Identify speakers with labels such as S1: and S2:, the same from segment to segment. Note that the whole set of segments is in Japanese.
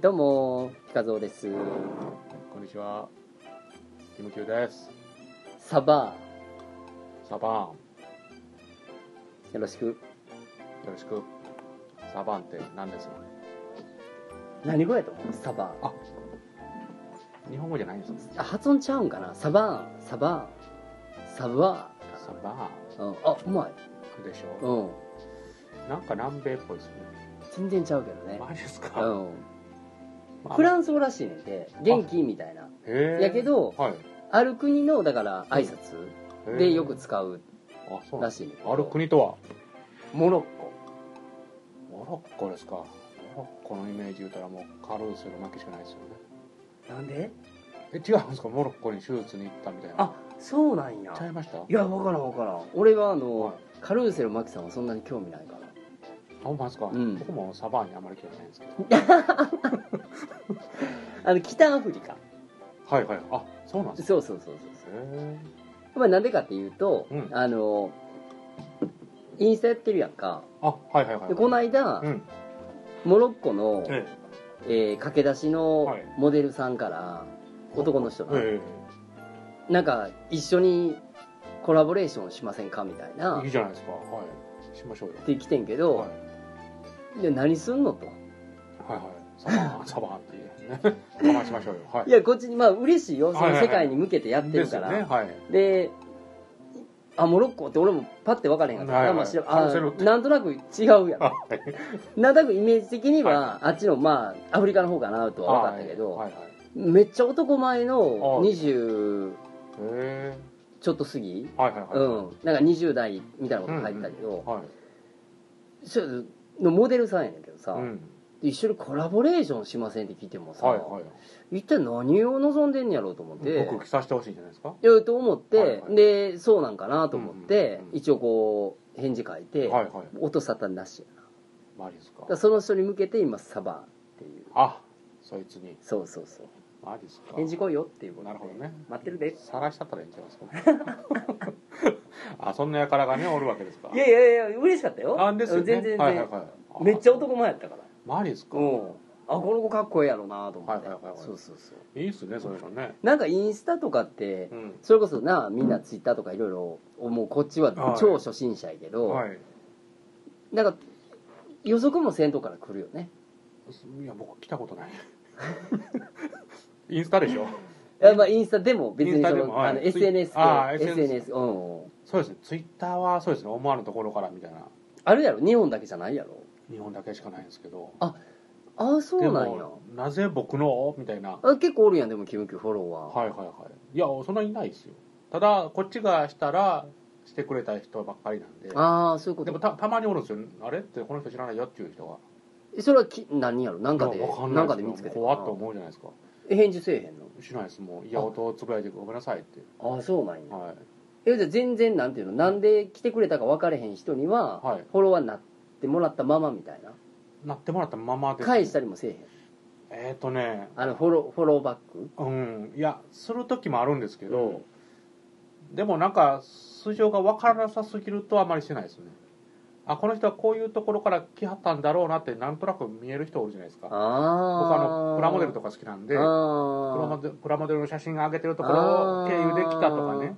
S1: どうも、ピカゾウです。
S2: こんにちは。キムキューです。
S1: サバ
S2: サバ
S1: ーン、よろしく。
S2: ーン。よろしく。サバーンって何ですか
S1: 何語やと思うサバーン。
S2: あ、日本語じゃないんですか
S1: あ、発音ちゃうんかなサバーン、サバーン、サバ
S2: サバ
S1: ーン。うん、あ、うまい。
S2: ーンでしょ
S1: うん。
S2: なんか南米っぽいですね。
S1: 全然ちゃうけどね。
S2: マジです
S1: う
S2: か
S1: ん。フ
S2: ン
S1: ランス語らしいねんて、元気みたいな。
S2: へえ。
S1: やけど、
S2: はい。
S1: ある国の、だから挨拶
S2: へえ
S1: でよく使う
S2: あ、そうなん
S1: ら
S2: です
S1: しいねんけど
S2: ある国とは
S1: モロッコ。
S2: モロッコですか。モロッコのイメージ言うたらもうカルーセル負けしかないですよね。
S1: なんで
S2: え、違うんですかモロッコに手術に行ったみたいな。
S1: あ、そうなんや
S2: ち。ゃいましたはい
S1: や、わからんわからん。俺はあ
S2: い。
S1: の、カルーセルマキさんはそんなに興味ないから。
S2: あほんまですか、
S1: うん
S2: 僕もサバーンにあまり興味ないんですけど。
S1: あの、北アフリカ。
S2: はいはい。あ、そうなんですか
S1: そうそうそうそうそ
S2: へえ。
S1: う。まあ、なんでかっていうと、
S2: うん
S1: あの、インスタやってるやんか。
S2: あ、はいはいはい。
S1: で、この間、
S2: うん。
S1: モロッコの、え
S2: え
S1: ー駆け出しの
S2: はい
S1: モデルさんから、男の人
S2: え
S1: が、なんか、一緒にコラボレーションしませんかみたいない
S2: い、じゃないですか。はい。しましょうよ。
S1: って来てんけど、
S2: はい
S1: いや、何すんのと。
S2: はいはい。サ バーン、サバーンって言うね。サバーンしましょうよ。はいい。
S1: や、こっちに、まあ、嬉しいよ。そ
S2: は
S1: の
S2: いはいはい
S1: 世界に向けてやって
S2: で
S1: る
S2: す
S1: か
S2: よ
S1: ら。
S2: ね。 はい。
S1: であモロッコって俺もパッて分からへんかったから、
S2: はいはい
S1: まあ知ら
S2: カルセロ
S1: あなんとなく違うやん
S2: は
S1: なんとなくイメージ的には、
S2: は
S1: あっちのまあアフリカの方かなとは分かったけど、
S2: はいはい。へ
S1: めっちゃ男前の
S2: はい
S1: 20
S2: え。
S1: ちょっと過ぎ、
S2: はいはいはい。
S1: うんなんか20代みたいなこと書いてたけど、
S2: はい。
S1: そうのモデルさんやねんけどさ、
S2: うん。
S1: 一緒にコラボレーションしませんって聞いてもさ、
S2: はいはい。
S1: 一体何を望んでんやろうと思って
S2: 僕着させてほしいんじゃないですか。
S1: いやと思って、
S2: はいはい
S1: でそうなんかなと思って、
S2: うんうんうん
S1: 一応こう返事書いて、
S2: はいはい。
S1: 音沙汰なしやなだ
S2: マジですか
S1: か。らその人に向けて今サバーンっていう
S2: あ、そいつに。
S1: そうそうそう
S2: マジですか。
S1: 返事来いよっていうことで
S2: なるほどね。
S1: 待ってるで
S2: 探しちゃったらいいんちゃいますか。 あ、そんな輩がね、おるわけですか。
S1: いやいやいや嬉しかったよ
S2: あ、ですよね。
S1: 全然全然、
S2: はいはいはい。
S1: めっちゃ男前やったから
S2: マジですか。
S1: うんあこの子かっこええやろうなと思って、
S2: はいはいはいはい
S1: そうそうそう
S2: いいっすね、そういうのね。
S1: なんかインスタとかって、
S2: うん。
S1: それこそなみんなツイッターとかいろいろもうこっちは超初心者やけど、
S2: はい。
S1: なんか予測もせんとこから来るよね
S2: いや、僕来たことない。 インスタでしょ。
S1: いやまあインスタでも別
S2: イ
S1: に
S2: ン
S1: そ
S2: スタでも
S1: の
S2: はい
S1: あの
S2: ツイ
S1: SNS 系
S2: あー
S1: SNS,
S2: SNS
S1: うんうん
S2: そうですね。ツイッターはそうですね。思わぬところからみたいな。
S1: あるやろ日本だけじゃないやろ
S2: 日本だけしかないんですけど。
S1: ああそうなん
S2: で
S1: や
S2: もなぜ僕のみたいな。は
S1: あ結構おるやんでもキムキューフォロワー、
S2: いはいはい。いや、そんなにいないですよ。ただ、こっちがしたら、してくれた人ばっかりなんで。
S1: ああそういうこ
S2: でも
S1: と
S2: たたまにおるんですよ。あれってこの人知らないよっていう人が。
S1: えそれはき何やろなんかで
S2: いやわかん
S1: な
S2: ない
S1: んか
S2: です
S1: で
S2: よ
S1: 見つけて
S2: 怖っと思うじゃないですか。
S1: え返事せえへんの
S2: しないです。もう、いや、音をつぶやいてごめんなさいって。
S1: ああそうなんや
S2: はい。
S1: えじゃあ全然なんていうのなんで来てくれたか分かれへん人には、
S2: はい
S1: フォロワーになってもらったままみたいな
S2: なってもらったままです、
S1: 返したりもせえへん
S2: えっ、とね
S1: あのフォローフォローバック
S2: うんいやする時もあるんですけど、でもなんか素性が分からなさすぎるとあまりしてないですねあこの人はこういうところから来はったんだろうなってなんとなく見える人おるじゃないです
S1: あ
S2: か僕あ
S1: あ
S2: のプラモデル
S1: と
S2: とか好きなん
S1: でプ
S2: でプ
S1: ラ
S2: ラ
S1: モ
S2: モ
S1: デ
S2: デルプラモデルの写真が上げてるところを経由で来たとかね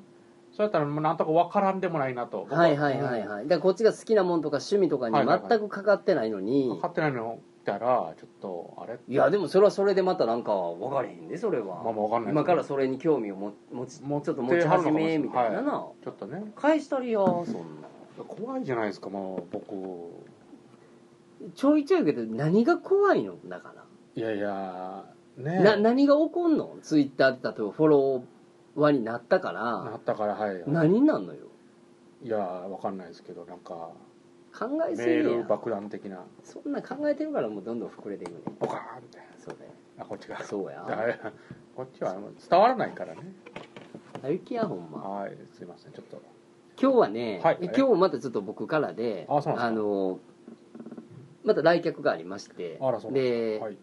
S2: そうやったらもうなんとか分からんでもないなと僕
S1: はいはいはいはいだからこっちが好きなもんとか趣味とかに
S2: はいはいはい
S1: 全くかかってないのに、
S2: 分かってないのを見たらちょっとあれ
S1: いやでもそれはそれでまたなんか分かれへんでそれは、
S2: まあまあ分かんない
S1: 今からそれに興味をも持ちちょっ
S2: 持って
S1: と持ち始めみたいなな、
S2: ちょっとね
S1: 返したりよそんな
S2: 怖いじゃないですかもう僕
S1: ちょいちょいやけど何が怖いのだか
S2: いやいやね
S1: ら、な何が起こんのツイッターで例えばフォロワーになったから、
S2: なったからはい
S1: 何になんのよ
S2: いやわかんないですけどなんか
S1: 考え
S2: メ
S1: すぎ
S2: ール
S1: や
S2: 爆弾的な
S1: そんな考えてるからもうどんどん膨れていくね
S2: ボカーンって
S1: そうだよ
S2: あこっちが
S1: そうや
S2: あれこっちは伝わらないからね
S1: 歩きやほんま
S2: はいすいませんちょっと
S1: 今日はね、
S2: はい
S1: え今日またちょっと僕からで
S2: あそうなんですか
S1: のまた来客がありまして
S2: あらそうなん
S1: で、
S2: はい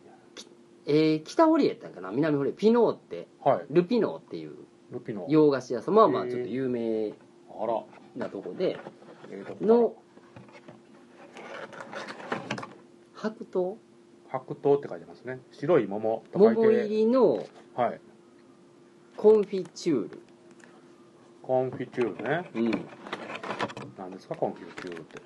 S1: えー北堀江やったんかな南堀江ピノーって
S2: はい
S1: ルピノーっていう
S2: ルピの
S1: 洋菓子屋さんまあまあ
S2: へー
S1: ちょっと有名
S2: あら
S1: なとこで
S2: えーとこから
S1: の白桃
S2: 白桃って書いてますね白い桃と書い
S1: 桃入
S2: て
S1: りの
S2: はい
S1: コンフィチュール
S2: コンフィチュールね
S1: うん
S2: 何ですかコンフィチュールって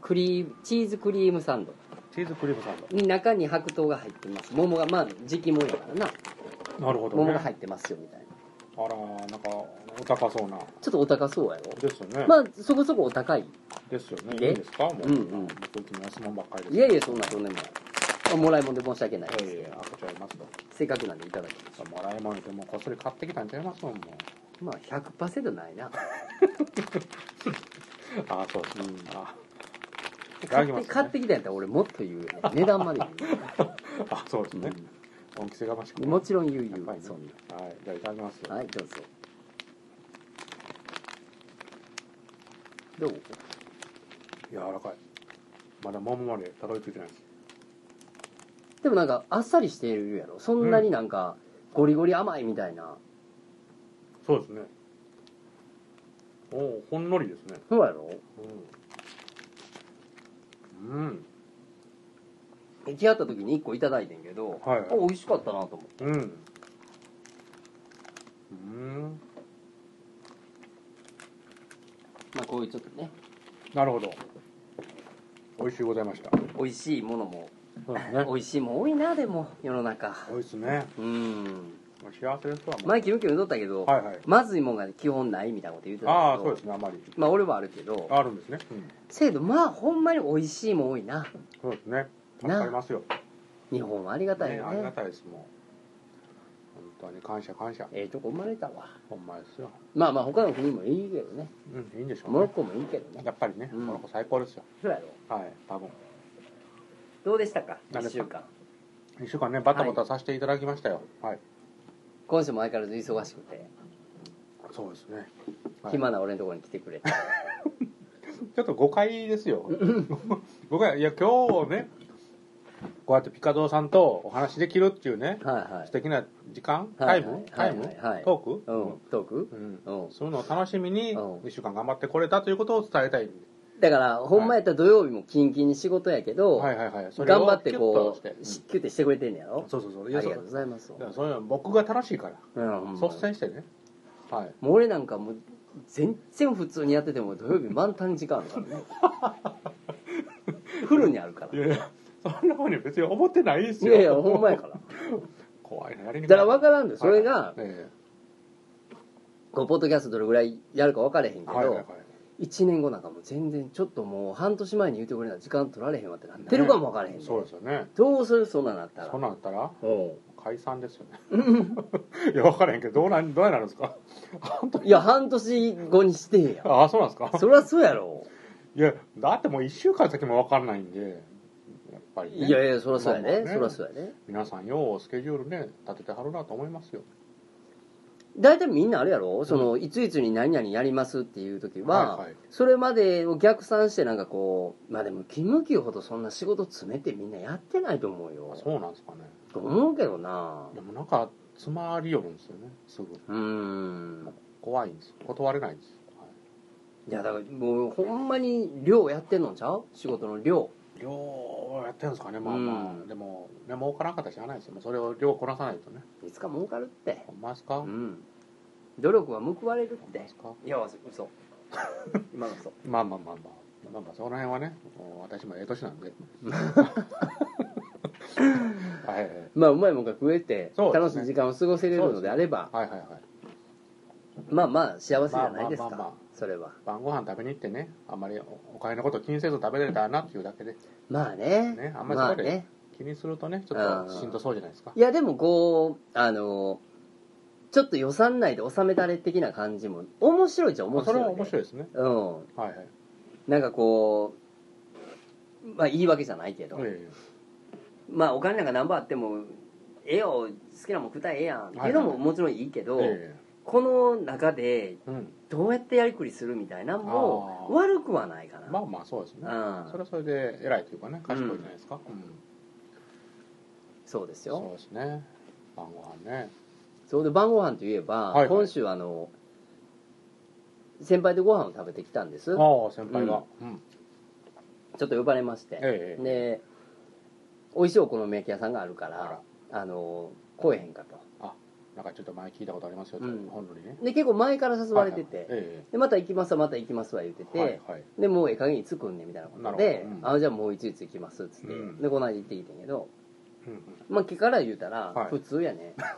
S1: クリームチーズクリームサンド
S2: チーズクリームサンド
S1: に中に白桃が入ってます桃がまあ時期もんやからな
S2: なるほどね
S1: 桃が
S2: あ
S1: 入ってますよみたいな
S2: らなんかお高そうな
S1: ちょっとお高そうやろ
S2: ですよね、
S1: まあそこそこお高い
S2: ですよね
S1: ね
S2: いいんですかもう、
S1: うんうん
S2: 僕いつも安物ばっかりです
S1: いやいやそんなとんでもないまあもらいもんで申し訳ない
S2: い
S1: で
S2: や
S1: す
S2: いや赤ちゃんいますと
S1: せっかくなんでいただきます
S2: もらい物でもこっそり買ってきたんちゃいますもんもう
S1: まあ100%ないな
S2: ああそううんあいた
S1: 買
S2: だ
S1: っ
S2: き
S1: て,、
S2: ます
S1: き
S2: ね
S1: たんやったら俺もっと言うよね値段まで言うよね、
S2: あそうですね、恩着せがましく
S1: うんもちろん言う
S2: や
S1: 言
S2: っぱ
S1: う
S2: りね
S1: そう
S2: はいじゃあいただきます、
S1: はいどうぞどう
S2: 柔らかいまだ桃までたどり着いてないです
S1: でもなんかあっさりしているやろそんなになんかゴリゴリ甘いみたいな、
S2: そうですねおおほんのりですね
S1: そうやろ
S2: うん、うん、
S1: 行き合った時に1個いただいてんけど、
S2: はい
S1: あ美味しかったなと思って
S2: うんうん
S1: まあこういうちょっとね
S2: なるほど美味しゅうございました
S1: 美味しいものも
S2: そうですね
S1: 美味しいもん多いなでも世の中
S2: 美味しいですね
S1: うん
S2: もう幸せですわもう
S1: 前キムキム言うとったけど、
S2: はいはい
S1: まずいもんが基本ないみたいなこと言うてたけど
S2: ああそうですねあまり
S1: まあ俺もあるけど
S2: あるんですね、うん、
S1: せやけどまあほんまに美味しいもん多いな
S2: そうですね助
S1: な
S2: かりますよ、ね、
S1: 日本はありがたいよ
S2: あ
S1: ね
S2: りがたいですもう本当に感謝感謝
S1: ええとこ生まれたわ
S2: ほんまですよ
S1: まあまあ他の国もいいけどね
S2: うんいいんでしょ
S1: モ
S2: う
S1: ロッ
S2: ね
S1: コもいいけどね
S2: やっぱりね、
S1: うん
S2: モロッコ最高ですよ
S1: そうやろ
S2: はい多分
S1: どうでしたか
S2: 何
S1: 1
S2: ですか
S1: 週間
S2: 一週間ねバタバタさせていただきましたよはい、
S1: 今週も相変わらず忙しくて、
S2: そうですね、はい
S1: 暇な俺のところに来てく れて
S2: ちょっと誤解ですよ 誤解いや今日ねこうやってピカゾーさんとお話できるっていうね
S1: はいはい
S2: 素敵な時間
S1: は
S2: タ
S1: い
S2: イム
S1: は
S2: タ
S1: い
S2: イム
S1: はいはい
S2: トーク
S1: うんトーク
S2: うん
S1: うん
S2: そういうのを楽しみに
S1: うん
S2: 1週間頑張ってこれたということを伝えたい
S1: だからほんまやったら土曜日もキンキンに仕事やけど、
S2: はいはいはいそれを
S1: 頑張ってこ
S2: キュッと
S1: う
S2: し
S1: してキュッてしてくれてんねや
S2: う
S1: ろ
S2: んそうそうそ
S1: あ
S2: うい
S1: りが
S2: やそ
S1: と
S2: う
S1: うございます
S2: だからそういうの僕が楽しいか
S1: う
S2: ら
S1: んほんまに
S2: 率先してねはい
S1: もう俺なんかもう全然普通にやってても土曜日満タンに時間あるからね フルにあるから
S2: いやいやそんなふうに別に思ってないです
S1: い
S2: よ
S1: やいやほんまやから
S2: 怖いなやりにくい
S1: だから分からんでそれ
S2: は
S1: が
S2: いえ
S1: こうポッドキャストどれぐらいやるか分からへんけ
S2: えはいはいは
S1: ど
S2: い
S1: 1年後なんかもう全然ちょっともう半年前に言うてくれな時間取られへんわってなってるかも分からへんね
S2: そうですよね
S1: どうするそんなんなったら
S2: そうなったら
S1: うん
S2: 解散ですよ ねいや分からへんけどどうなんどうやなるんですか本当に
S1: いや半年後にしてや
S2: ああそうなんですか
S1: そりゃそうやろ
S2: いやだってもう1週間先も分かんないんでやっぱりね
S1: いやいやそりゃそうやね
S2: まあまあね
S1: そりゃそうやね
S2: 皆さんようスケジュールね立ててはるなと思いますよ
S1: 大体みんなあれやろその、いついつに何々やりますっていう時は、
S2: はいはい
S1: それまでを逆算してなんかこうまあでもキムキューほどそんな仕事詰めてみんなやってないと思う
S2: あ
S1: よ
S2: そうなんですかね
S1: と思うけどな
S2: でもなんか詰まりよるんですよねすぐ
S1: うーん
S2: 怖いんです断れないんですはい
S1: いやだからもうほんまに量やってんのちゃう仕事の量
S2: 量をやってるんですかねまあまあ、
S1: うん
S2: でもね儲からんかったらしゃあないですよもうそれを量こなさないとね
S1: いつか儲かるって
S2: ほんまですか、
S1: うん努力は報われる
S2: ほ
S1: っ
S2: んま
S1: て
S2: ですか
S1: いや嘘今の嘘
S2: まあまあまあまあまあまあその辺はねもう私もええ年 なんではいはい
S1: まあうまいもんが食えて、
S2: そうですね
S1: 楽しい時間を過ごせれるのであれば
S2: はいはいはい
S1: まあまあ幸せじゃないですか、
S2: まあまあまあま
S1: それは
S2: 晩ご飯食べに行ってねあんまりおお金のこと気にせず食べれたらなっていうだけで
S1: まあね
S2: ねあんまり
S1: ま
S2: そ
S1: あ
S2: こで
S1: ね
S2: 気にするとねちょっとしんどそうじゃないですか
S1: いやでもこうあのちょっと予算内で収めたれ的な感じも面白いじゃ
S2: ま
S1: 面
S2: あそ
S1: 白い、
S2: れ
S1: ね、
S2: は面白いですね
S1: うん
S2: はいはい
S1: なんかこうまあ言い訳じゃないけど、
S2: え
S1: まあお金なんか何本あってもええよ好きなもん食ったらええやんっていうの
S2: はいは
S1: も
S2: い
S1: もちろんいいけ
S2: え
S1: ど、
S2: え
S1: この中で
S2: えうん
S1: どうやってやりくりするみたいなのも
S2: あー
S1: 悪くはないかな
S2: まあまあそうですね
S1: うん
S2: それはそれで偉いというかね賢いじゃないですか、うん
S1: そうですよ
S2: そうですね晩ご飯ね
S1: そうで晩ご飯といえば、
S2: はいはい
S1: 今週あの先輩でご飯を食べてきたんですちょ
S2: ああ先輩がうん
S1: っと呼ばれまして、
S2: ええええ
S1: で美味しいお好み焼き屋さんがあるか
S2: あら
S1: らあの来えへんかと
S2: なんかちょっと前聞いたことありますよと
S1: うん
S2: ほんのにね
S1: で結構前から誘われてて、
S2: はいはいえ
S1: でまた行きますわまた行きますわ言って
S2: え
S1: て、
S2: はいはい
S1: でもうええ加減いつ来んねんみたいなことで
S2: なるほどう、ん
S1: あじゃあもういついつ行きますっつって、
S2: うん
S1: でこの間行ってきてんけど
S2: うんうん
S1: まあ聞から言うたら、
S2: はい
S1: 普通やね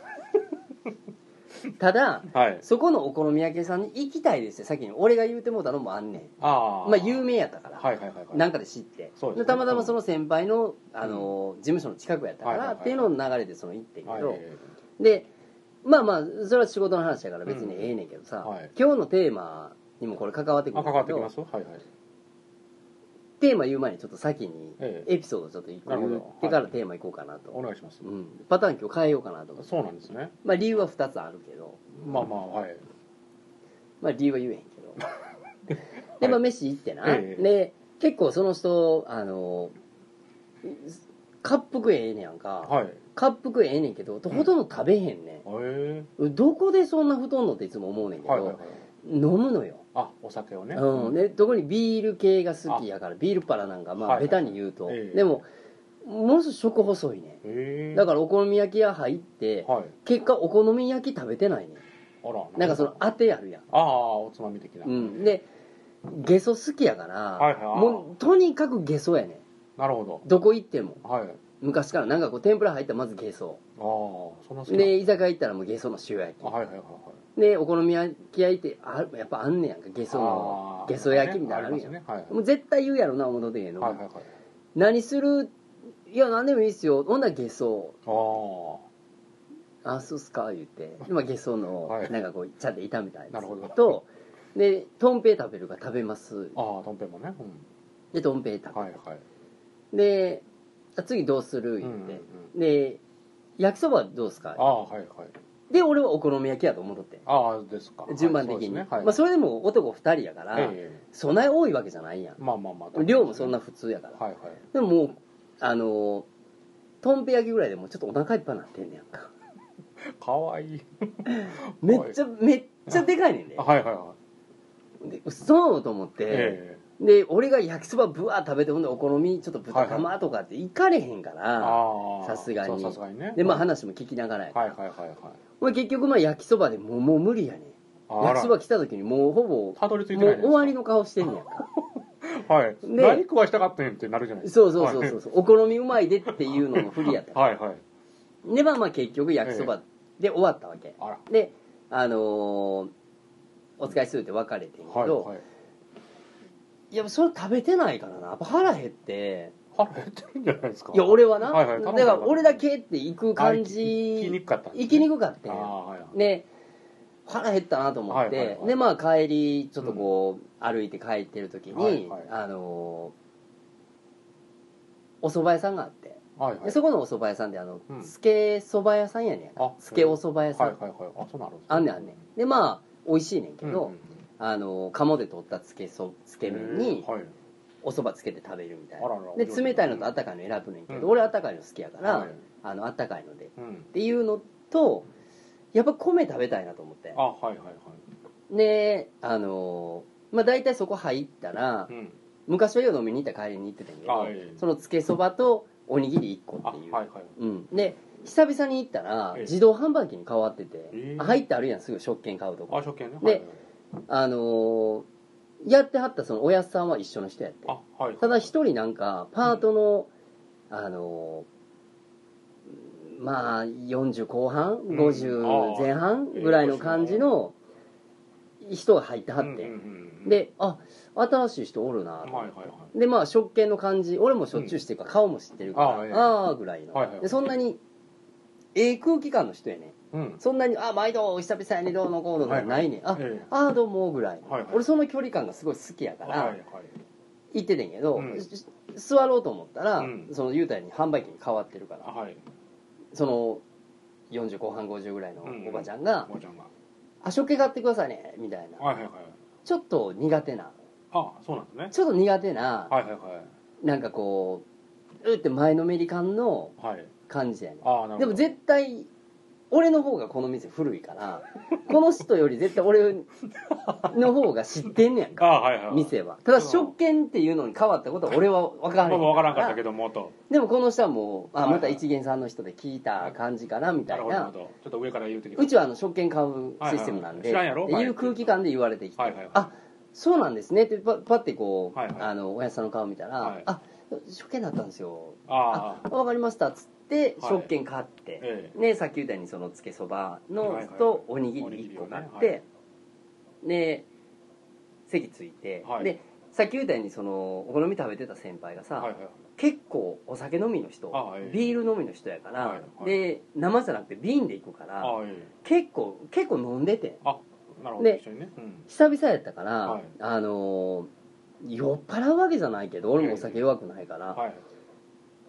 S1: ただ
S2: はい
S1: そこのお好み焼き屋さんに行きたいですよ先に俺が言うてもうたのもあんねん
S2: ああ
S1: まあ有名やったから、
S2: はいはいはいはい
S1: なんかで知って
S2: そうですね
S1: たまたまその先輩のあの、事務所の近くやったか
S2: はいはい
S1: ら
S2: はいは
S1: っ
S2: い
S1: ていうのの流れでその行ってんけど、
S2: はいえ
S1: でまあまあそれは仕事の話やから別にええねんけどさ、
S2: うんはい
S1: 今日のテーマにもこれ関わって
S2: え
S1: くる
S2: あ
S1: んだ
S2: か
S1: け
S2: か
S1: ど
S2: ってきますはいはい
S1: テーマ言う前にちょっと先に
S2: ええ
S1: エピソードちょっと一個言ってからテーマいこうかなと、
S2: お願いします
S1: うん、パターン今日変えようかなと思って
S2: そうなんですね
S1: まあ理由は2つあるけど
S2: まあまあはい
S1: まあ理由は言えへんけど でまあ飯行ってな、
S2: ええ
S1: で結構その人あの恰幅ええねやんか
S2: はいへ
S1: 恰幅ええねんけどとほとんど食べへんね
S2: え
S1: ん、どこでそんな太んのっていつも思うねんけど、
S2: はいはいはい
S1: 飲むのよ
S2: あお酒をね
S1: うん、で特にビール系が好きやからビールパラなんかま
S2: は
S1: あ
S2: いはい
S1: ベタに言うと、
S2: ええ
S1: でもものすごく食細いね
S2: へえ
S1: だからお好み焼き屋入って
S2: はい
S1: 結果お好み焼き食べてないね
S2: あら
S1: なんかその当てあるやん、
S2: ああおつまみ的な
S1: うん、でゲソ好きやから、
S2: はいはい
S1: もうとにかくゲソやね
S2: なるほど
S1: どこ行っても
S2: はいあ
S1: 昔からなんかこう天ぷら入ったらまずゲソ
S2: あそんな好きな
S1: で居酒屋行ったらもうゲソの塩焼
S2: あはいはいはいはい
S1: きでお好み焼き屋行ってあやっぱあんねやんかゲソの
S2: あー
S1: ゲソ焼きみたいなのあ
S2: あ
S1: る
S2: り
S1: や
S2: ま
S1: ん、
S2: すねはい
S1: もう絶対言うやろな思うとでええの、
S2: はいはいはい
S1: 何するいや何でもいいっすよほんならゲソ
S2: ああ
S1: あそうっすか言って今ゲソの
S2: はい
S1: なんかこうちゃんと炒めたやつ
S2: なるほど
S1: とでとんぺい食べるから食べます
S2: ああとんぺんもねうん
S1: でとんぺい食べ、
S2: はいはい
S1: であ次どうする言っ
S2: うんうん
S1: て、
S2: うん
S1: で焼きそばどうすか
S2: ああはいはい
S1: で俺はお好み焼きやと思っとって
S2: ああですか
S1: 順番的
S2: はいそう
S1: に、
S2: ですねはい
S1: まあ、それでも男2人やから、
S2: ええ
S1: そない多いわけじゃないやん
S2: まあまあまあ
S1: 量もそんな普通やから、
S2: はいはい
S1: でももうあのーとんぺい焼きぐらいでもうちょっとお腹いっぱいになってんねやんか
S2: かわいい
S1: めっちゃめっちゃでかいねんね
S2: あはいはいはい
S1: で嘘と思って、
S2: ええ
S1: で俺が焼きそばぶわー食べてほんでお好みちょっと豚玉とかって行かれへんから、
S2: ああ
S1: さすがに
S2: そうさすがにね
S1: でまあ
S2: はい
S1: 話も聞きながらや、
S2: はいはいはい
S1: まあ、結局まあ焼きそばでもうもう無理やね
S2: あ
S1: ん
S2: ら
S1: 焼きそば来た時にもうほぼも
S2: たどり着いて
S1: う
S2: ないじゃないです
S1: 終
S2: か
S1: わりの顔してんねやんか
S2: はい
S1: で
S2: 何食わしたかったんやってなるじゃないですか
S1: そうそうそうそうそうお好みうまいでっていうのも不利やったか
S2: はいはい
S1: らでまあまあ結局焼きそばで終わったわけ、
S2: あら
S1: であのーお疲れするって別れてんけど、
S2: はいはい
S1: いやそれ食べてないからなやっぱ腹減って
S2: 腹減ってるんじゃないですか
S1: いや俺はな、
S2: はいはい
S1: だから俺だけって行く感じ
S2: あ行き行きにくかったんですね
S1: 行きにくかった
S2: あ
S1: よ
S2: あはいはい
S1: で腹減ったなと思って、
S2: はいはいはい
S1: でまあ帰りちょっとこう、歩いて帰ってる時に、
S2: はいはい
S1: あのーお蕎麦屋さんがあって、
S2: はいは
S1: で
S2: い
S1: そこのお蕎麦屋さんであの、
S2: うん
S1: つけ蕎麦屋さんやねんやんか
S2: あ
S1: つけお蕎麦屋さん、
S2: はいはいはいあそうなる
S1: あんねんあんねんでまあ美味しいねんけど、
S2: うんうん
S1: あの鴨で取ったつけそつけ麺に
S2: はい
S1: おそばつけて食べるみたいな
S2: あらら
S1: で冷たいのとあったかいの選ぶねんけど、
S2: うん
S1: 俺あったかいの好きやから、
S2: はい
S1: あのあったかいのでっ
S2: うん
S1: ていうのとやっぱ米食べたいなと思って
S2: あはいはいはい
S1: であのーまあ大体そこ入ったら、
S2: うん
S1: 昔はよう飲みに行ったら帰りに行ってたんやけど、
S2: あええ
S1: そのつけそばとおにぎり1個
S2: あ
S1: っていう、
S2: はいはい
S1: うん、で久々に行ったら
S2: ええ
S1: 自動販売機に変わってて、
S2: ええ
S1: 入ってあるやんすぐ食券買うとこ
S2: あ初見ね
S1: で
S2: はいはい
S1: あのーやってはったそのおやっさんは一緒の人やって
S2: あはい
S1: ただ一人なんかパートの、あのうんまあ40後半
S2: んあ
S1: 50
S2: ー
S1: 前半ぐらいの感じの人が入っては
S2: あ
S1: って、
S2: で
S1: であ新しい人おるな
S2: はい
S1: と、
S2: はいはい
S1: でまあ食券の感じ俺もしょっちゅうしてるから顔も知ってるから、
S2: あーええ
S1: ああぐらいの、
S2: はいはい
S1: でそんなにええ空気感の人やね
S2: うん
S1: そんなに「あ毎度お久々やねどうのこうの」とかないねん、あ
S2: ええ
S1: あーどうもぐらいの、
S2: はいはい
S1: 俺その距離感がすごい好きやから、
S2: はいはい
S1: 行っててんけど、
S2: うん
S1: し座ろうと思ったら、
S2: うん
S1: その雄太に販売機に変わってるか
S2: あ
S1: ら
S2: はい
S1: その40後半50ぐらいの
S2: うん
S1: おばちゃんが
S2: おばちゃんが
S1: 「あ食券買ってくださいね」みたいな
S2: はいはいはい
S1: ちょっと苦手な
S2: あそうなんですね
S1: ちょっと苦手な
S2: はいはいはい
S1: なんかこううって前のめり感の
S2: はい
S1: 感じやね
S2: ああなるほど
S1: でも絶対俺の方がこの店古いからこの人より絶対俺の方が知ってんねやん
S2: あ
S1: か
S2: あはいはいはい
S1: 店はただ食券っていうのに変わったことは俺は分から
S2: ま
S1: へ
S2: あ
S1: ん
S2: 分からんかったけどもと
S1: でもこの人はもうあ
S2: はいは
S1: ま
S2: い
S1: た一元さんの人で聞いた感じかなみた
S2: ないる
S1: な
S2: ほどなるほどちょっと上から言うてきた
S1: うちはあの食券買うシステムなんで、
S2: はいはいはい知らんやろ
S1: っていう空気感で言われてきて、
S2: はいはいはい
S1: あそうなんですねってパパってこう、
S2: はいはい
S1: あのおやさんの顔見たら、
S2: はい
S1: あ食券だったんですよ
S2: あ
S1: あわかりましたっつって
S2: はい
S1: 食券買って、
S2: え
S1: ねさっき言ったようにそのつけそばの
S2: はいはい
S1: とおにぎり1個買って、
S2: おにぎりをね
S1: で席ついて、
S2: はい
S1: でさっき言ったようにそのお好み食べてた先輩がさ、
S2: あはいはい
S1: 結構お酒飲みの人、
S2: あええ
S1: ビール飲みの人やから、
S2: はいはい
S1: で生じゃなくて瓶で行くから、
S2: あえ
S1: 結構結構飲んでて
S2: えなるほど
S1: で
S2: 一緒にねうん
S1: 久々やったから、
S2: はい
S1: あのー酔っ払うわけじゃないけど俺もお酒弱くないから、
S2: はい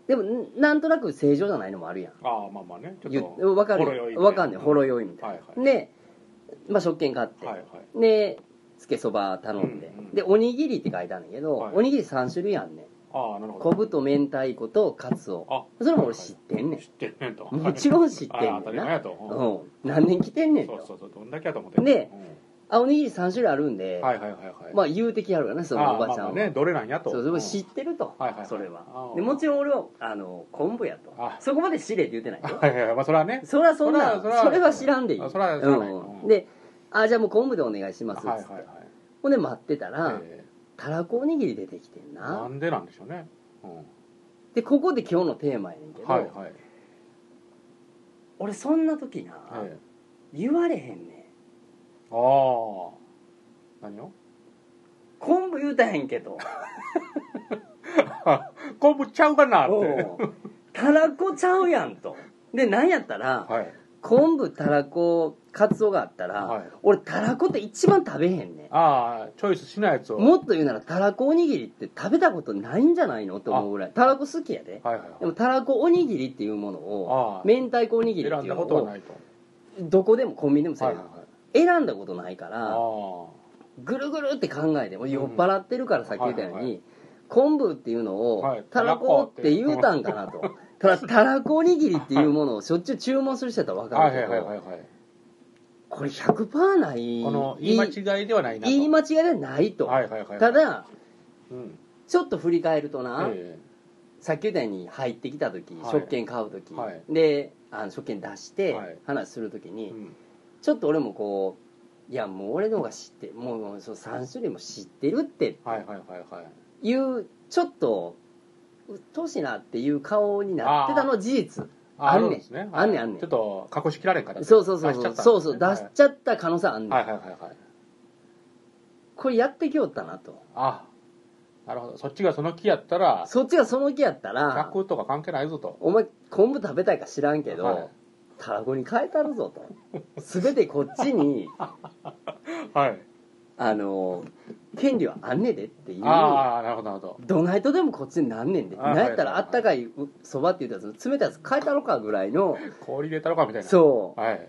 S1: でもんなんとなく正常じゃないのもあるやん
S2: ああまあまあねちょっ
S1: 言
S2: と
S1: うわかる
S2: ほろ酔いで
S1: わかんねんほろ酔いみたい
S2: はい
S1: な、で、まあ、食券買って、
S2: はいはい
S1: でつけそば頼んで、
S2: うんうん
S1: でおにぎりって書いてあるんだけど、
S2: はい
S1: おにぎり3種類あんねん
S2: ああなるほ
S1: 昆
S2: ど
S1: 布と明太子とカツオ
S2: あ
S1: それも俺知ってんねん
S2: 知ってんねんと
S1: もちろん 知ってんねんな
S2: ああ当たり前やとう
S1: う
S2: ん
S1: ん、何年来てんねんと
S2: そうそうそうどんだけやと思ってんの
S1: で
S2: う
S1: あおにぎり3種類あるんで、
S2: んはいはいはいはい
S1: まあ言うてきやるからねそのおばちゃんは、
S2: ああまあまあねどれなんやと
S1: そうそれ
S2: う
S1: も
S2: ん
S1: 知ってると、
S2: はいはいはい
S1: それ
S2: あ
S1: は
S2: あ
S1: でもちろん俺はあの昆布やと
S2: あ
S1: そこまで知れって言ってないよ
S2: はいはいはいまあそれはね
S1: それはそんなそ
S2: そ
S1: れ
S2: れはそれは
S1: は知らんでいい
S2: あそれは知らない
S1: うん、であじゃあもう昆布でお願いしますっつって、
S2: はいはい
S1: ほんで待ってたら、
S2: はいええ
S1: たらこおにぎり出てきてん
S2: な
S1: なん
S2: でなんでしょうねうん
S1: でここで今日のテーマやねんけど、
S2: はいはい
S1: 俺そんな時な、
S2: ええ
S1: 言われへんねん
S2: ああ何を
S1: 昆布言うたへんけど
S2: 昆布ちゃうかなって
S1: おうたらこちゃうやんとでなんやったら、
S2: はい
S1: 昆布たらこかつおがあったら、
S2: はい
S1: 俺たらこって一番食べへんねん
S2: ああチョイスしないやつを
S1: もっと言うならたらこおにぎりって食べたことないんじゃないのと思うぐらいたらこ好きやで
S2: はいはい
S1: で
S2: は
S1: も
S2: い
S1: たらこおにぎりっていうものを
S2: ああ
S1: 明太子おにぎりって
S2: 選
S1: い
S2: ん
S1: う
S2: だ
S1: の
S2: ことは
S1: を
S2: ないと
S1: どこでもコンビニでもそうやけど
S2: はい
S1: 選んだことないか
S2: あ
S1: ら
S2: あ
S1: ぐるぐるって考えてもう酔っ払ってるからさっき言ったよう
S2: はいはいは
S1: に昆布っていうの
S2: は
S1: を
S2: い
S1: たらこって言うたんかなとただたらこおにぎりっていうものをしょっちゅう注文する人やったら分か
S2: は
S1: る
S2: い
S1: け
S2: はいはいは
S1: ど
S2: いはい
S1: これ100%ない
S2: この言い間違いではないなと
S1: 言い間違いではないと
S2: はいはいはいはい
S1: ただ
S2: うん
S1: ちょっと振り返るとな、
S2: え
S1: さっき言ったように入ってきた時、
S2: はい
S1: 食券買う時、
S2: はい
S1: であの食券出して
S2: はい
S1: 話する時
S2: え
S1: に、
S2: うん
S1: ちょっと俺もこういやもう俺の方が知ってもうもうその3種類も知ってるって
S2: はいはいはいはい
S1: いうちょっとうっとうしいなっていう顔になってたの事実
S2: あ
S1: あ
S2: あ
S1: んねん
S2: るんですねはい
S1: あんねんあんねん
S2: ちょっと隠しきられんから
S1: そうそうそうそ
S2: 出し
S1: う
S2: ちゃったんですね
S1: そうそう出しちゃった可能性あんねん、
S2: はいはいはいはい
S1: これやってきよったなと
S2: あなるほどそっちがその木やったら
S1: そっちがその気やったら
S2: 100とか関係ないぞと
S1: お前昆布食べたいか知らんけど、
S2: はい
S1: たらこに変えたるぞ と全てこっちに
S2: はい
S1: あの権利はあんねでっていう
S2: ああなるほどなるほど
S1: どないとでもこっちになんねんで
S2: あ
S1: な
S2: ー
S1: んやったら
S2: は
S1: あ
S2: いはいはい
S1: ったかいそばって言ったやつ冷たいやつ変えたのかぐらいの
S2: 氷入れたのかみたいな
S1: そ
S2: はい、
S1: う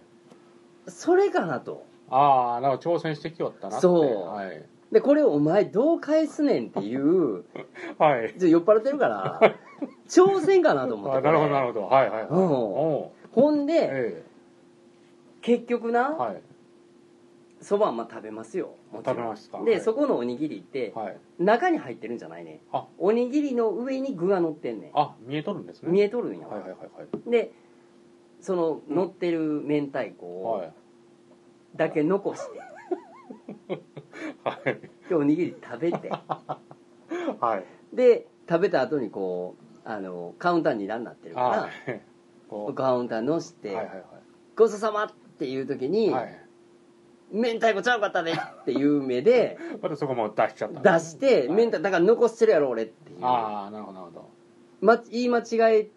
S1: それかなと
S2: ああなんか挑戦してきよったなって
S1: そう
S2: はい、
S1: でこれをお前どう返すねんっていう
S2: はい、
S1: ちょっと酔っ払ってる から挑戦かなと思って
S2: あなるほどなるほどはいはいはい
S1: うん
S2: おう
S1: ほんで
S2: え
S1: 結局
S2: え
S1: な
S2: はい
S1: そばはまあ食べますよもちろん
S2: 食べますかは
S1: で
S2: い
S1: そこのおにぎりって
S2: はい
S1: 中に入ってるんじゃないね
S2: あ
S1: おにぎりの上に具が乗ってんねん
S2: あ見えとるんですね
S1: 見
S2: え
S1: えとるんや
S2: はいはいはい
S1: でその乗ってる明太子を、
S2: はい
S1: だけ残して
S2: はい
S1: でおにぎり食べ て
S2: はいはい
S1: で食べた後にこうあのカウンターにラになってる
S2: あ
S1: か
S2: ー こ
S1: らカウンターのして、
S2: うはいはい
S1: ごちそうさまっていう時に、
S2: はいはい
S1: 明太子ちゃうかったねっていう目 で
S2: またそこも出しちゃった
S1: 出して、
S2: はい
S1: 明太だから残してるやろ俺っていう
S2: ああなるほどなるほ
S1: ま、言い間違え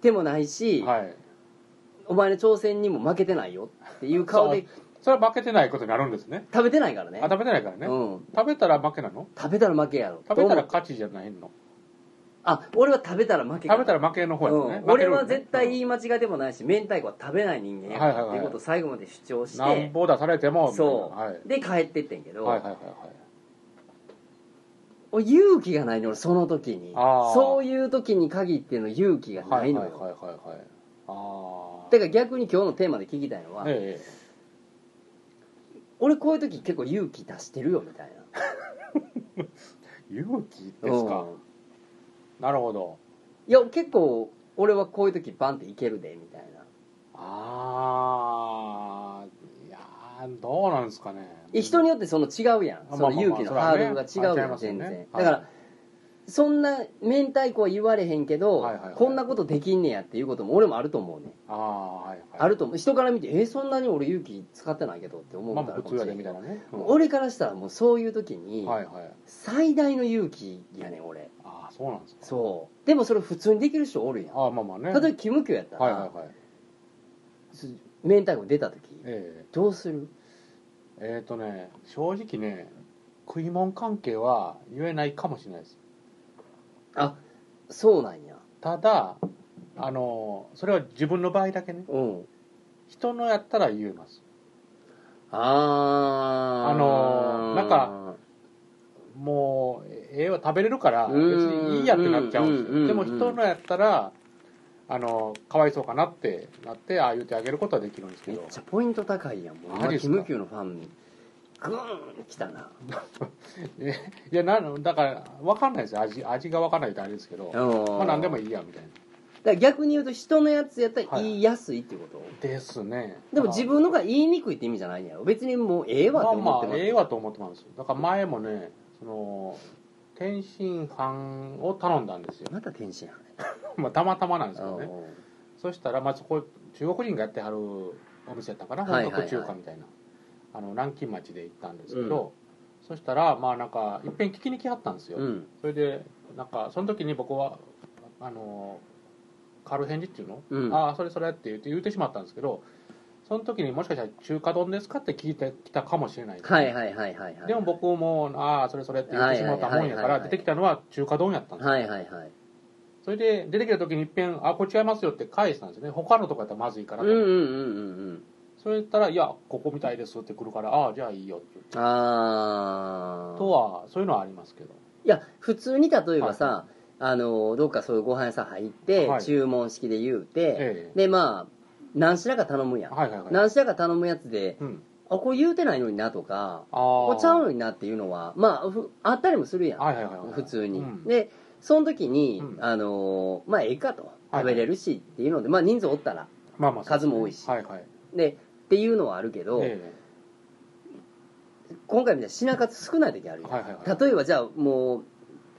S1: てもないし、
S2: どはい
S1: お前の挑戦にも負けてないよっていう顔で
S2: それは負けてないことになるんですね
S1: 食べてないからね
S2: あ食べてないからね、
S1: うん、
S2: 食べたら負けなの
S1: 食べたら負けやろ
S2: 食べた
S1: ど
S2: ら
S1: うも
S2: 勝ちじゃないの
S1: あ俺は食べたら負けか
S2: 食べたら負けの方やつね、
S1: うん
S2: 負け
S1: 俺
S2: るよね
S1: は絶対言い間違いでもないし明太子は食べない人間やから
S2: はいはいはい
S1: ってことを最後まで主張し
S2: なん
S1: て
S2: ぼ出されても
S1: そ
S2: みたいなはいう
S1: で帰ってってんけど、
S2: はいはいはいはい
S1: 俺勇気がないの俺その時に
S2: あー
S1: そういう時に限っての勇気が
S2: は
S1: ないい
S2: は
S1: の
S2: いはい
S1: よ
S2: はいはいああ
S1: だから逆に今日のテーマで聞きたいのは、
S2: え
S1: 俺こういう時結構勇気出してるよみたいな
S2: え勇気ですか
S1: うん
S2: なるほど
S1: いや結構俺はこういう時バンっていけるでみたいな
S2: ああいやーどうなんですかね
S1: え人によってその違うやん
S2: まあ
S1: そ
S2: まあ
S1: の
S2: まあ
S1: 勇気のハードルが違うやん
S2: それは
S1: 全
S2: ね
S1: 然
S2: は
S1: だ
S2: い
S1: からそんな明太子は言われへんけど
S2: はいはいはい
S1: こんなことできんねやっていうことも俺もあると思うね
S2: ああはいはい
S1: あると思う人から見てえそんなに俺勇気使ってないけどって思う
S2: ま
S1: こ
S2: あま
S1: とあるか
S2: あ普通
S1: もし
S2: や
S1: れ
S2: で
S1: ん
S2: み
S1: けど
S2: たいなね、うん
S1: 俺からしたらもうそういう時に
S2: はいはい
S1: 最大の勇気やねん俺
S2: ああそうなんですか
S1: そうでもそれ普通にできる人おるやん
S2: ああまあまあね
S1: 例えばキムキョやった
S2: はいはい
S1: ら
S2: はい
S1: す明太子出た時
S2: え
S1: どうする
S2: ええー、とね正直ね食い物関係は言えないかもしれないです
S1: あそうなんや
S2: ただあのそれは自分の場合だけね
S1: うん
S2: 人のやったら言えます
S1: あー
S2: あのーなんかもうええわ食べれるから別
S1: うん
S2: にいいやってなっちゃうんです
S1: うん
S2: よでも人のやったらあのかわいそうかなってなってああ言ってあげることはできるんですけ
S1: めっ
S2: ど
S1: ちゃポイント高いやんもう
S2: マジっ
S1: キ
S2: すか
S1: ムキューのファングーンきたない
S2: やなのだから分かんないですよ味味が分かんないってあれですけどま
S1: ま
S2: あ何でも
S1: いい
S2: いいやみたいな
S1: だから逆に言うと人のやつやったら言いやすいってこと、
S2: ですね
S1: でも自分のが言いにくいって意味じゃないんやろ別にもうええわって
S2: ま
S1: 思っ
S2: あ
S1: て
S2: まあ
S1: ます、
S2: ええわと思ってますだから前もねその天津飯を頼んだんですよ
S1: また天津飯
S2: まあたまたまなんです
S1: う
S2: けどね
S1: ん
S2: そしたらまあそこ中国人がやってはるお店やったかな
S1: はいはい
S2: 本
S1: はい
S2: 格中華みたいな、あの南京町で行ったんですけど、そしたらまあなんかいっぺん聞きに来はったんですよ、
S1: うん
S2: それでなんかその時に僕はあの軽返事っていうの、
S1: うん
S2: ああそれそれって言って言ってしまったんですけどその時にもしかしたら中華丼ですかって聞いてきたかもしれないですね、
S1: はいはいはいはいはい
S2: でも僕もああそれそれって言ってしまったもんやか
S1: はいはいはいはい
S2: ら
S1: は
S2: 出
S1: い
S2: てきたのは中華丼やったんですよ
S1: はいはいはい
S2: それで出てきた時にいっぺん「あこれ違いますよ」って返したんですよね他のとこやったらまずいから
S1: う
S2: と
S1: んうん
S2: 思って
S1: うんうん
S2: それ言ったら「いやここみたいです」って来るから「ああじゃあいいよ」って言って
S1: うんあー
S2: とはそういうのはありますけど
S1: いや普通に例えばさ、あのどっかそういうご飯屋さん入って、
S2: はい
S1: 注文式で言うて、
S2: ええ
S1: でまあ何品か頼むやん、
S2: はいはいはい
S1: 何品か頼むやつで
S2: うん
S1: あこれ言うてないのになとか
S2: ああ
S1: これちゃうのになっていうのはまあふあったりもするやん、
S2: はいはいはいはい
S1: 普通に、
S2: うん
S1: でその時に、
S2: うん
S1: あのまあええかと
S2: はい
S1: 食べれるしっていうので、まあ人数おったら
S2: まあまあ
S1: 数も多いし
S2: はいはい
S1: でっていうのはあるけど、
S2: え
S1: 今回みたいに品数少ない時ある
S2: え
S1: やん、
S2: はいはいはい
S1: 例えばじゃあもう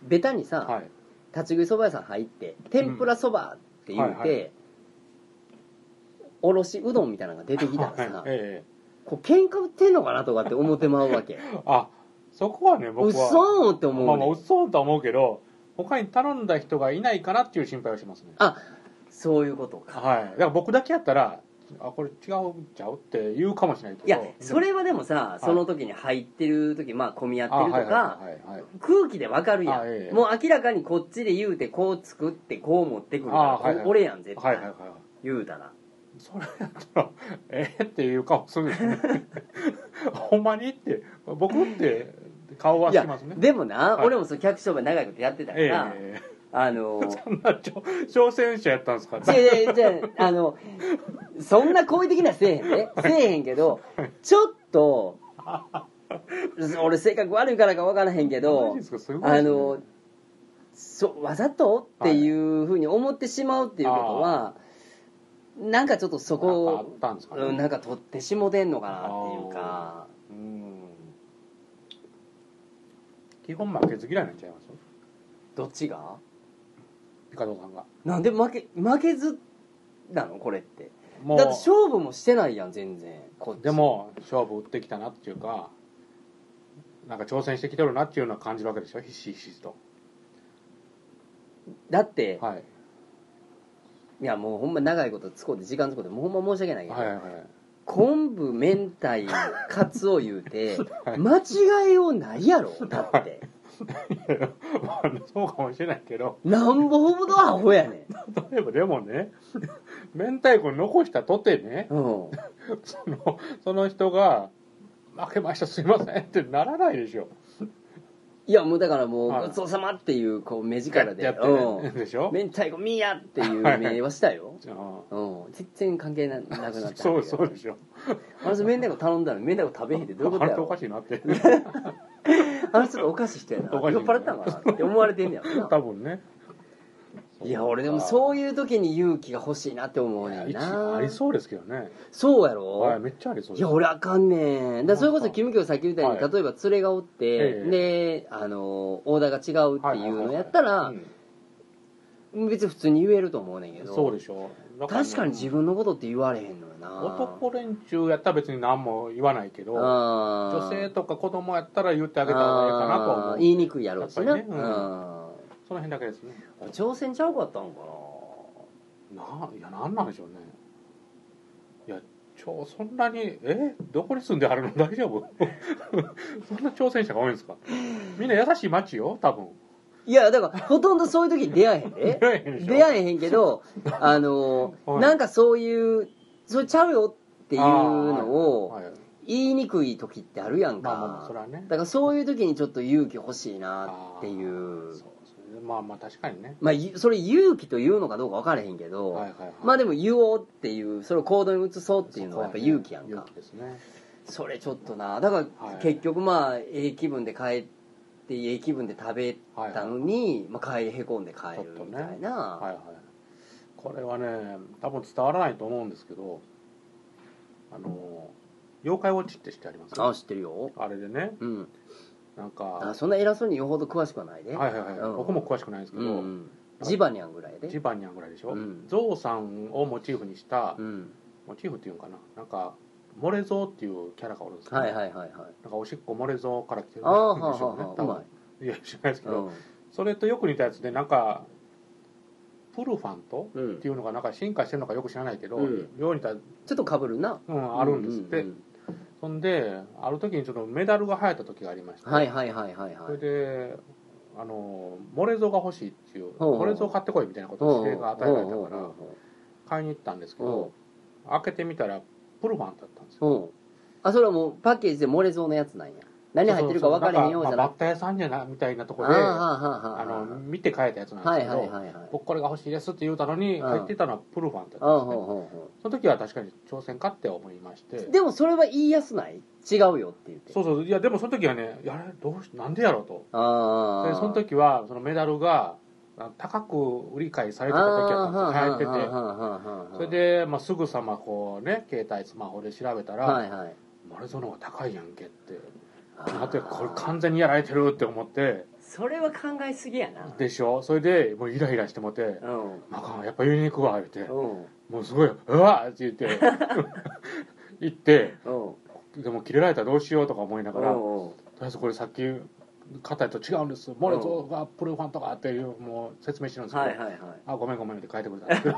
S1: ベタにさ、
S2: はい
S1: 立ち食いそば屋さん入って天ぷらそばって言うて、
S2: はいはい
S1: おろしうどんみたいなのが出てきたらさ、
S2: はいえ
S1: こう喧嘩売ってんのかなとかって思ってまうわけ
S2: えあそこはね
S1: うっ
S2: 僕は
S1: そーんって思う、ね
S2: まあまあうっそーとは思うけど他に頼んだ人がいないかなっていう心配をしますね
S1: そういうことか
S2: はいだから僕だけやったら「あこれ違うんちゃう?」って言うかもしれないけど
S1: いやそれはでも
S2: は
S1: さ
S2: い
S1: その時に入ってる時まあ混み合って
S2: あ
S1: るとか、
S2: はいはいはいはい
S1: 空気でわかるやん
S2: あええ
S1: もう明らかにこっちで言うてこう作ってこう持ってくるか
S2: あ
S1: ら、
S2: はいはい
S1: 俺やん絶
S2: は
S1: 対、
S2: いはいはいはい
S1: 言うたら
S2: それやったら「えっ?」っていう顔するよね ほんまにって僕って顔はいし
S1: や
S2: ますね
S1: でもな、
S2: はい
S1: 俺もそう客商売長いことやってたか
S2: ええ
S1: ら、
S2: え
S1: あ のー
S2: えそんな挑挑戦者やったんですか
S1: 違う違う違うあのそんな好意的なせえへんねせえへんけどちょっと俺性格悪いからか分からへんけ
S2: マ
S1: ど
S2: ジですかすごい
S1: あ
S2: ですね
S1: のそわざとっていうふうに思ってしまうっていうことは、なんかちょっとそ
S2: なんかあ
S1: こ
S2: ったんですかね
S1: うんなんか取ってしもてんのかなっていうか
S2: うん基本負けず嫌いになっちゃいますよ
S1: どっちが
S2: ピカドーさんが
S1: なんで負け負けずなのこれってだ
S2: も
S1: って
S2: う
S1: 勝負もしてないやん全然こっち
S2: でも勝負打ってきたなっていうかなんか挑戦してきてるなっていうのは感じるわけでしょひしひしと
S1: だって、
S2: はい
S1: いやもうほんま長いことつこうて時間つこうてもうほんま申し訳ないけど、
S2: はいはいはい
S1: 昆布明太カツを言うて
S2: はい
S1: 間違いようないやろだって
S2: まあそうかもしれないけど
S1: なんぼほどアホやね
S2: 例えばでもね 明太子残したとてね
S1: ん、うん、
S2: そのその人が「負けましたすいません」ってならないでしょ
S1: いやもうだからも
S2: は
S1: う
S2: い
S1: ごちそうさまっていうこう目力で
S2: やって ねでしょ
S1: うん、明太子ミーやっていう目はしたよ、
S2: あ
S1: うん、全然関係ななくなったんだ
S2: あ
S1: けど
S2: そうそうでしょ
S1: 私明太子頼んだのに明太子食べへんってどういうこと
S2: あれ
S1: や
S2: とお
S1: ろ
S2: かしいなって
S1: あの人おかしい人やな酔
S2: おかしい
S1: っ払ったんかなって思われてんねやろな
S2: 多分ね
S1: いや俺でも
S2: う
S1: そういう時に勇気が欲しいなって思うねん
S2: 一
S1: な
S2: ありそうですけどね
S1: そうやろ、
S2: はいめっちゃありそう
S1: い
S2: です
S1: や俺あかんねんだからそれこそキムキョウさっきみたいに、
S2: はい
S1: 例えば連れがおって、
S2: ええ
S1: であのオーダーが違うっていうのやったら、
S2: うん
S1: 別に普通に言えると思うねんけど
S2: そうでしょだら
S1: 確かに自分のことって言われへんのよな
S2: 男連中やったら別に何も言わないけど
S1: 女
S2: 女性とか子供やったら言ってあげた方がいいかなとは思う
S1: 言いにくいやろうしな、
S2: やっぱりねう
S1: う
S2: ん
S1: ん
S2: その辺だけですね
S1: 挑戦ちゃうかったんか
S2: ないやなんなんでしょうねいやちょそんなにえどこに住んであるの大丈夫 そんな挑戦者が多いんですかみんな優しい街よ多分
S1: ないやだからほとんどそういう時に出会えへんで
S2: 出会えへんでしょ
S1: 出会えへんけど あの、
S2: はい
S1: なんかそういうそれちゃうよっていうのを
S2: はいはい
S1: 言いにくい時ってあるやんか、
S2: まあまあそれはね
S1: だからそういう時にちょっと勇気欲しいなってい
S2: あー
S1: う
S2: そうそれでまあまあ確かにね
S1: まあゆそれ勇気というのかどうか分からへんけど、
S2: はいはいはい
S1: まあでも言おうっていうそれを行動に移そうっていうのはやっぱ勇気やんか
S2: 勇気ですね
S1: それちょっとなだから
S2: はい
S1: 結局まあええ気分で帰ってええ気分で食べ
S2: はい
S1: た
S2: はい
S1: のに、まあ、帰りへこんで帰るみたいな、
S2: はいはい、これはね多分伝わらないと思うんですけどあの妖怪ウォッチって知ってあります
S1: あ知ってるよ
S2: あれでね
S1: うん
S2: なん
S1: あ
S2: か
S1: そんな偉そうによほど詳しくはないで、
S2: はいはいはい、
S1: うん
S2: 僕も詳しくないんですけ
S1: う
S2: ど、
S1: んうん、ジバニャンぐらいで
S2: ジバニャンぐらいでしょ、
S1: うん
S2: ゾウさんをモチーフにした、
S1: うん
S2: モチーフっていうんかななんかモレゾウっていうキャラがおるんですけど
S1: はいはいはいはい
S2: なんかおしっこモレゾウから来てるんでし
S1: ああはあ
S2: ょうね
S1: はあ
S2: 多
S1: は
S2: 分いや知らないですけ
S1: あう
S2: ど、
S1: まい
S2: それとよく似たやつでなんかプルファント
S1: うん、う
S2: っ
S1: ん、
S2: ていうのがなんか進化してるのかよく知らないけど、
S1: うん
S2: ようにた、うん、
S1: ちょっとかぶるな
S2: あるんですって、
S1: うう
S2: そんである時にちょっとメダルが流行った時がありまして、
S1: うんはいはいはいはいは
S2: それ
S1: い
S2: であのモレゾウが欲しいっていう
S1: ほうほう
S2: モレゾウ買ってこいみたいなことを指令が与えられた
S1: うんうん
S2: か
S1: うん
S2: ら買いに行ったんですけど開けてみたらプルファンだったんですよ
S1: うんうんあそれはもうパッケージで漏れそうのやつなんや何入ってるか分からへんようじゃなん
S2: なかまあバ
S1: く
S2: ッ
S1: て
S2: タ屋さんじゃなみたいなとこ
S1: あ
S2: で
S1: あ
S2: あ
S1: はあはあ
S2: の見て買えたやつなんです
S1: は
S2: け
S1: い
S2: ど、
S1: はいはいはい
S2: 僕これが欲しいですって言うたのに
S1: うん
S2: 入ってたのはプルファンだった
S1: あ
S2: んです、ね、
S1: ほうほ
S2: その時は確かに挑戦かって思いまして
S1: うほうでもそれは言いやすない違うよって言って
S2: そうそういやでもその時はねいやあれどうしなんでやろうと
S1: ああ
S2: でその時はそのメダルがあ高く売り買いされてた時やったんですよ流行ってて
S1: 行
S2: それで、まあ、すぐさまこうね携帯スマホで調べたら、
S1: はいはい
S2: マレゾの方が高いやんけって
S1: あ
S2: なって
S1: ー
S2: これ完全にやられてるって思って
S1: それは考えすぎやな
S2: でしょそれでもうイライラしてもて
S1: うん
S2: 「あかんやっぱ言いに行くわ」言って
S1: うん
S2: もうすごい「うわっ!」って言って 行って
S1: うん
S2: でも切れられたらどうしようとか思いながらと
S1: うん
S2: りあえずこれさっき肩と違うんですモレゾがプルファンとかっていうもう説明してるんですけど、
S1: はいはいはい
S2: あごめんごめんって書いてくれたんですけど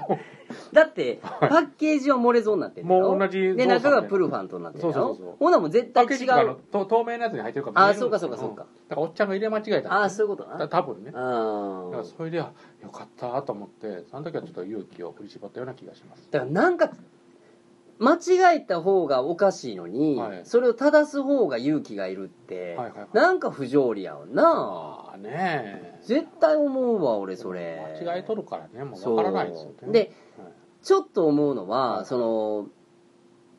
S1: だってパッケージは漏れそうになってる
S2: もう同じ
S1: で
S2: 動作
S1: 中がプルファンとなってるや
S2: そう
S1: ろ
S2: そうそうそう
S1: ほなもう絶対
S2: パッケー
S1: 違
S2: ジとかの
S1: う
S2: と透明なやつに入ってるから
S1: あ
S2: 見
S1: あ
S2: える
S1: そうかそうかそうか
S2: んだからおっちゃんが入れ間違えたんですよ
S1: ああそういうことな
S2: た多分ね
S1: う
S2: だ
S1: ん
S2: からそれであよかったと思ってその時はちょっと勇気を振り絞ったような気がします
S1: だからなんか間違えた方がおかしいのに、
S2: はい
S1: それを正す方が勇気がいるって、
S2: はいはいはい
S1: なんか不条理やわな
S2: ああねえ
S1: 絶対思うわ俺それ
S2: 間違えとるからねもう
S1: そう
S2: わからないですよね
S1: で
S2: はい
S1: ちょっと思うのは、
S2: はい
S1: その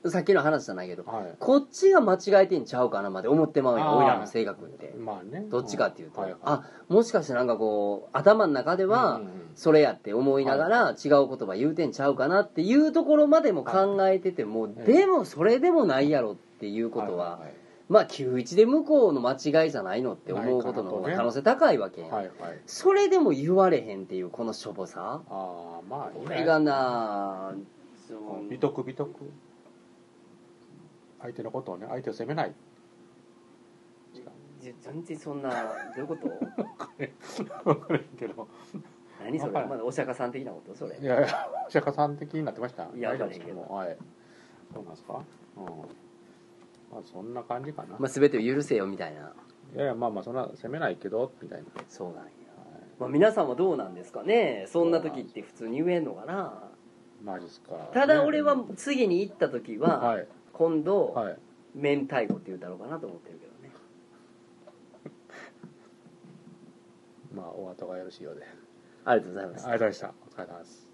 S1: さっきの話じゃないけど、
S2: はい
S1: こっちが間違えてんちゃうかなまで思ってまうや
S2: あ
S1: ん
S2: ー
S1: 俺らの性格って
S2: まあね
S1: どっちかっていうと、
S2: はいはい
S1: あもしかしてなんかこう頭の中では、
S2: うんうん
S1: それやって思いながら違う言葉言うてんちゃうかなっていうところまでも考えてても、
S2: い
S1: でもそれでもないやろっていうことは、
S2: い
S1: まあ91で向こうの間違いじゃないのって思うことの方が可能性高いわけやん、
S2: はいはいはい
S1: それでも言われへんっていうこのしょぼさ
S2: ああまあ
S1: これがなその
S2: 美徳美徳相手のことをね相手を責めない
S1: いや全然そんなどういうこと
S2: わからんけど
S1: 何それ
S2: わからん
S1: まだお釈迦さん的なことそれ
S2: いやいやお釈迦さん的になってました
S1: いや
S2: 大丈夫ですか
S1: わからんけど
S2: もうはいそうなんですかうんまあそんな感じかな、
S1: まあ、全てを許せよみたいない
S2: やいやまあまあそんな責めないけどみたいな
S1: そうなんや、まあ、皆さんはどうなんですかねそんな時って普通に言えんのかな
S2: マジっすか
S1: ただ俺は
S2: ね
S1: 次に行った時
S2: は
S1: はい今度
S2: はい
S1: 明太子って言うだろうかなと思ってるけどね
S2: まあお後がよろしいようで
S1: ありがとうございます
S2: ありがとうございましたお疲れ様です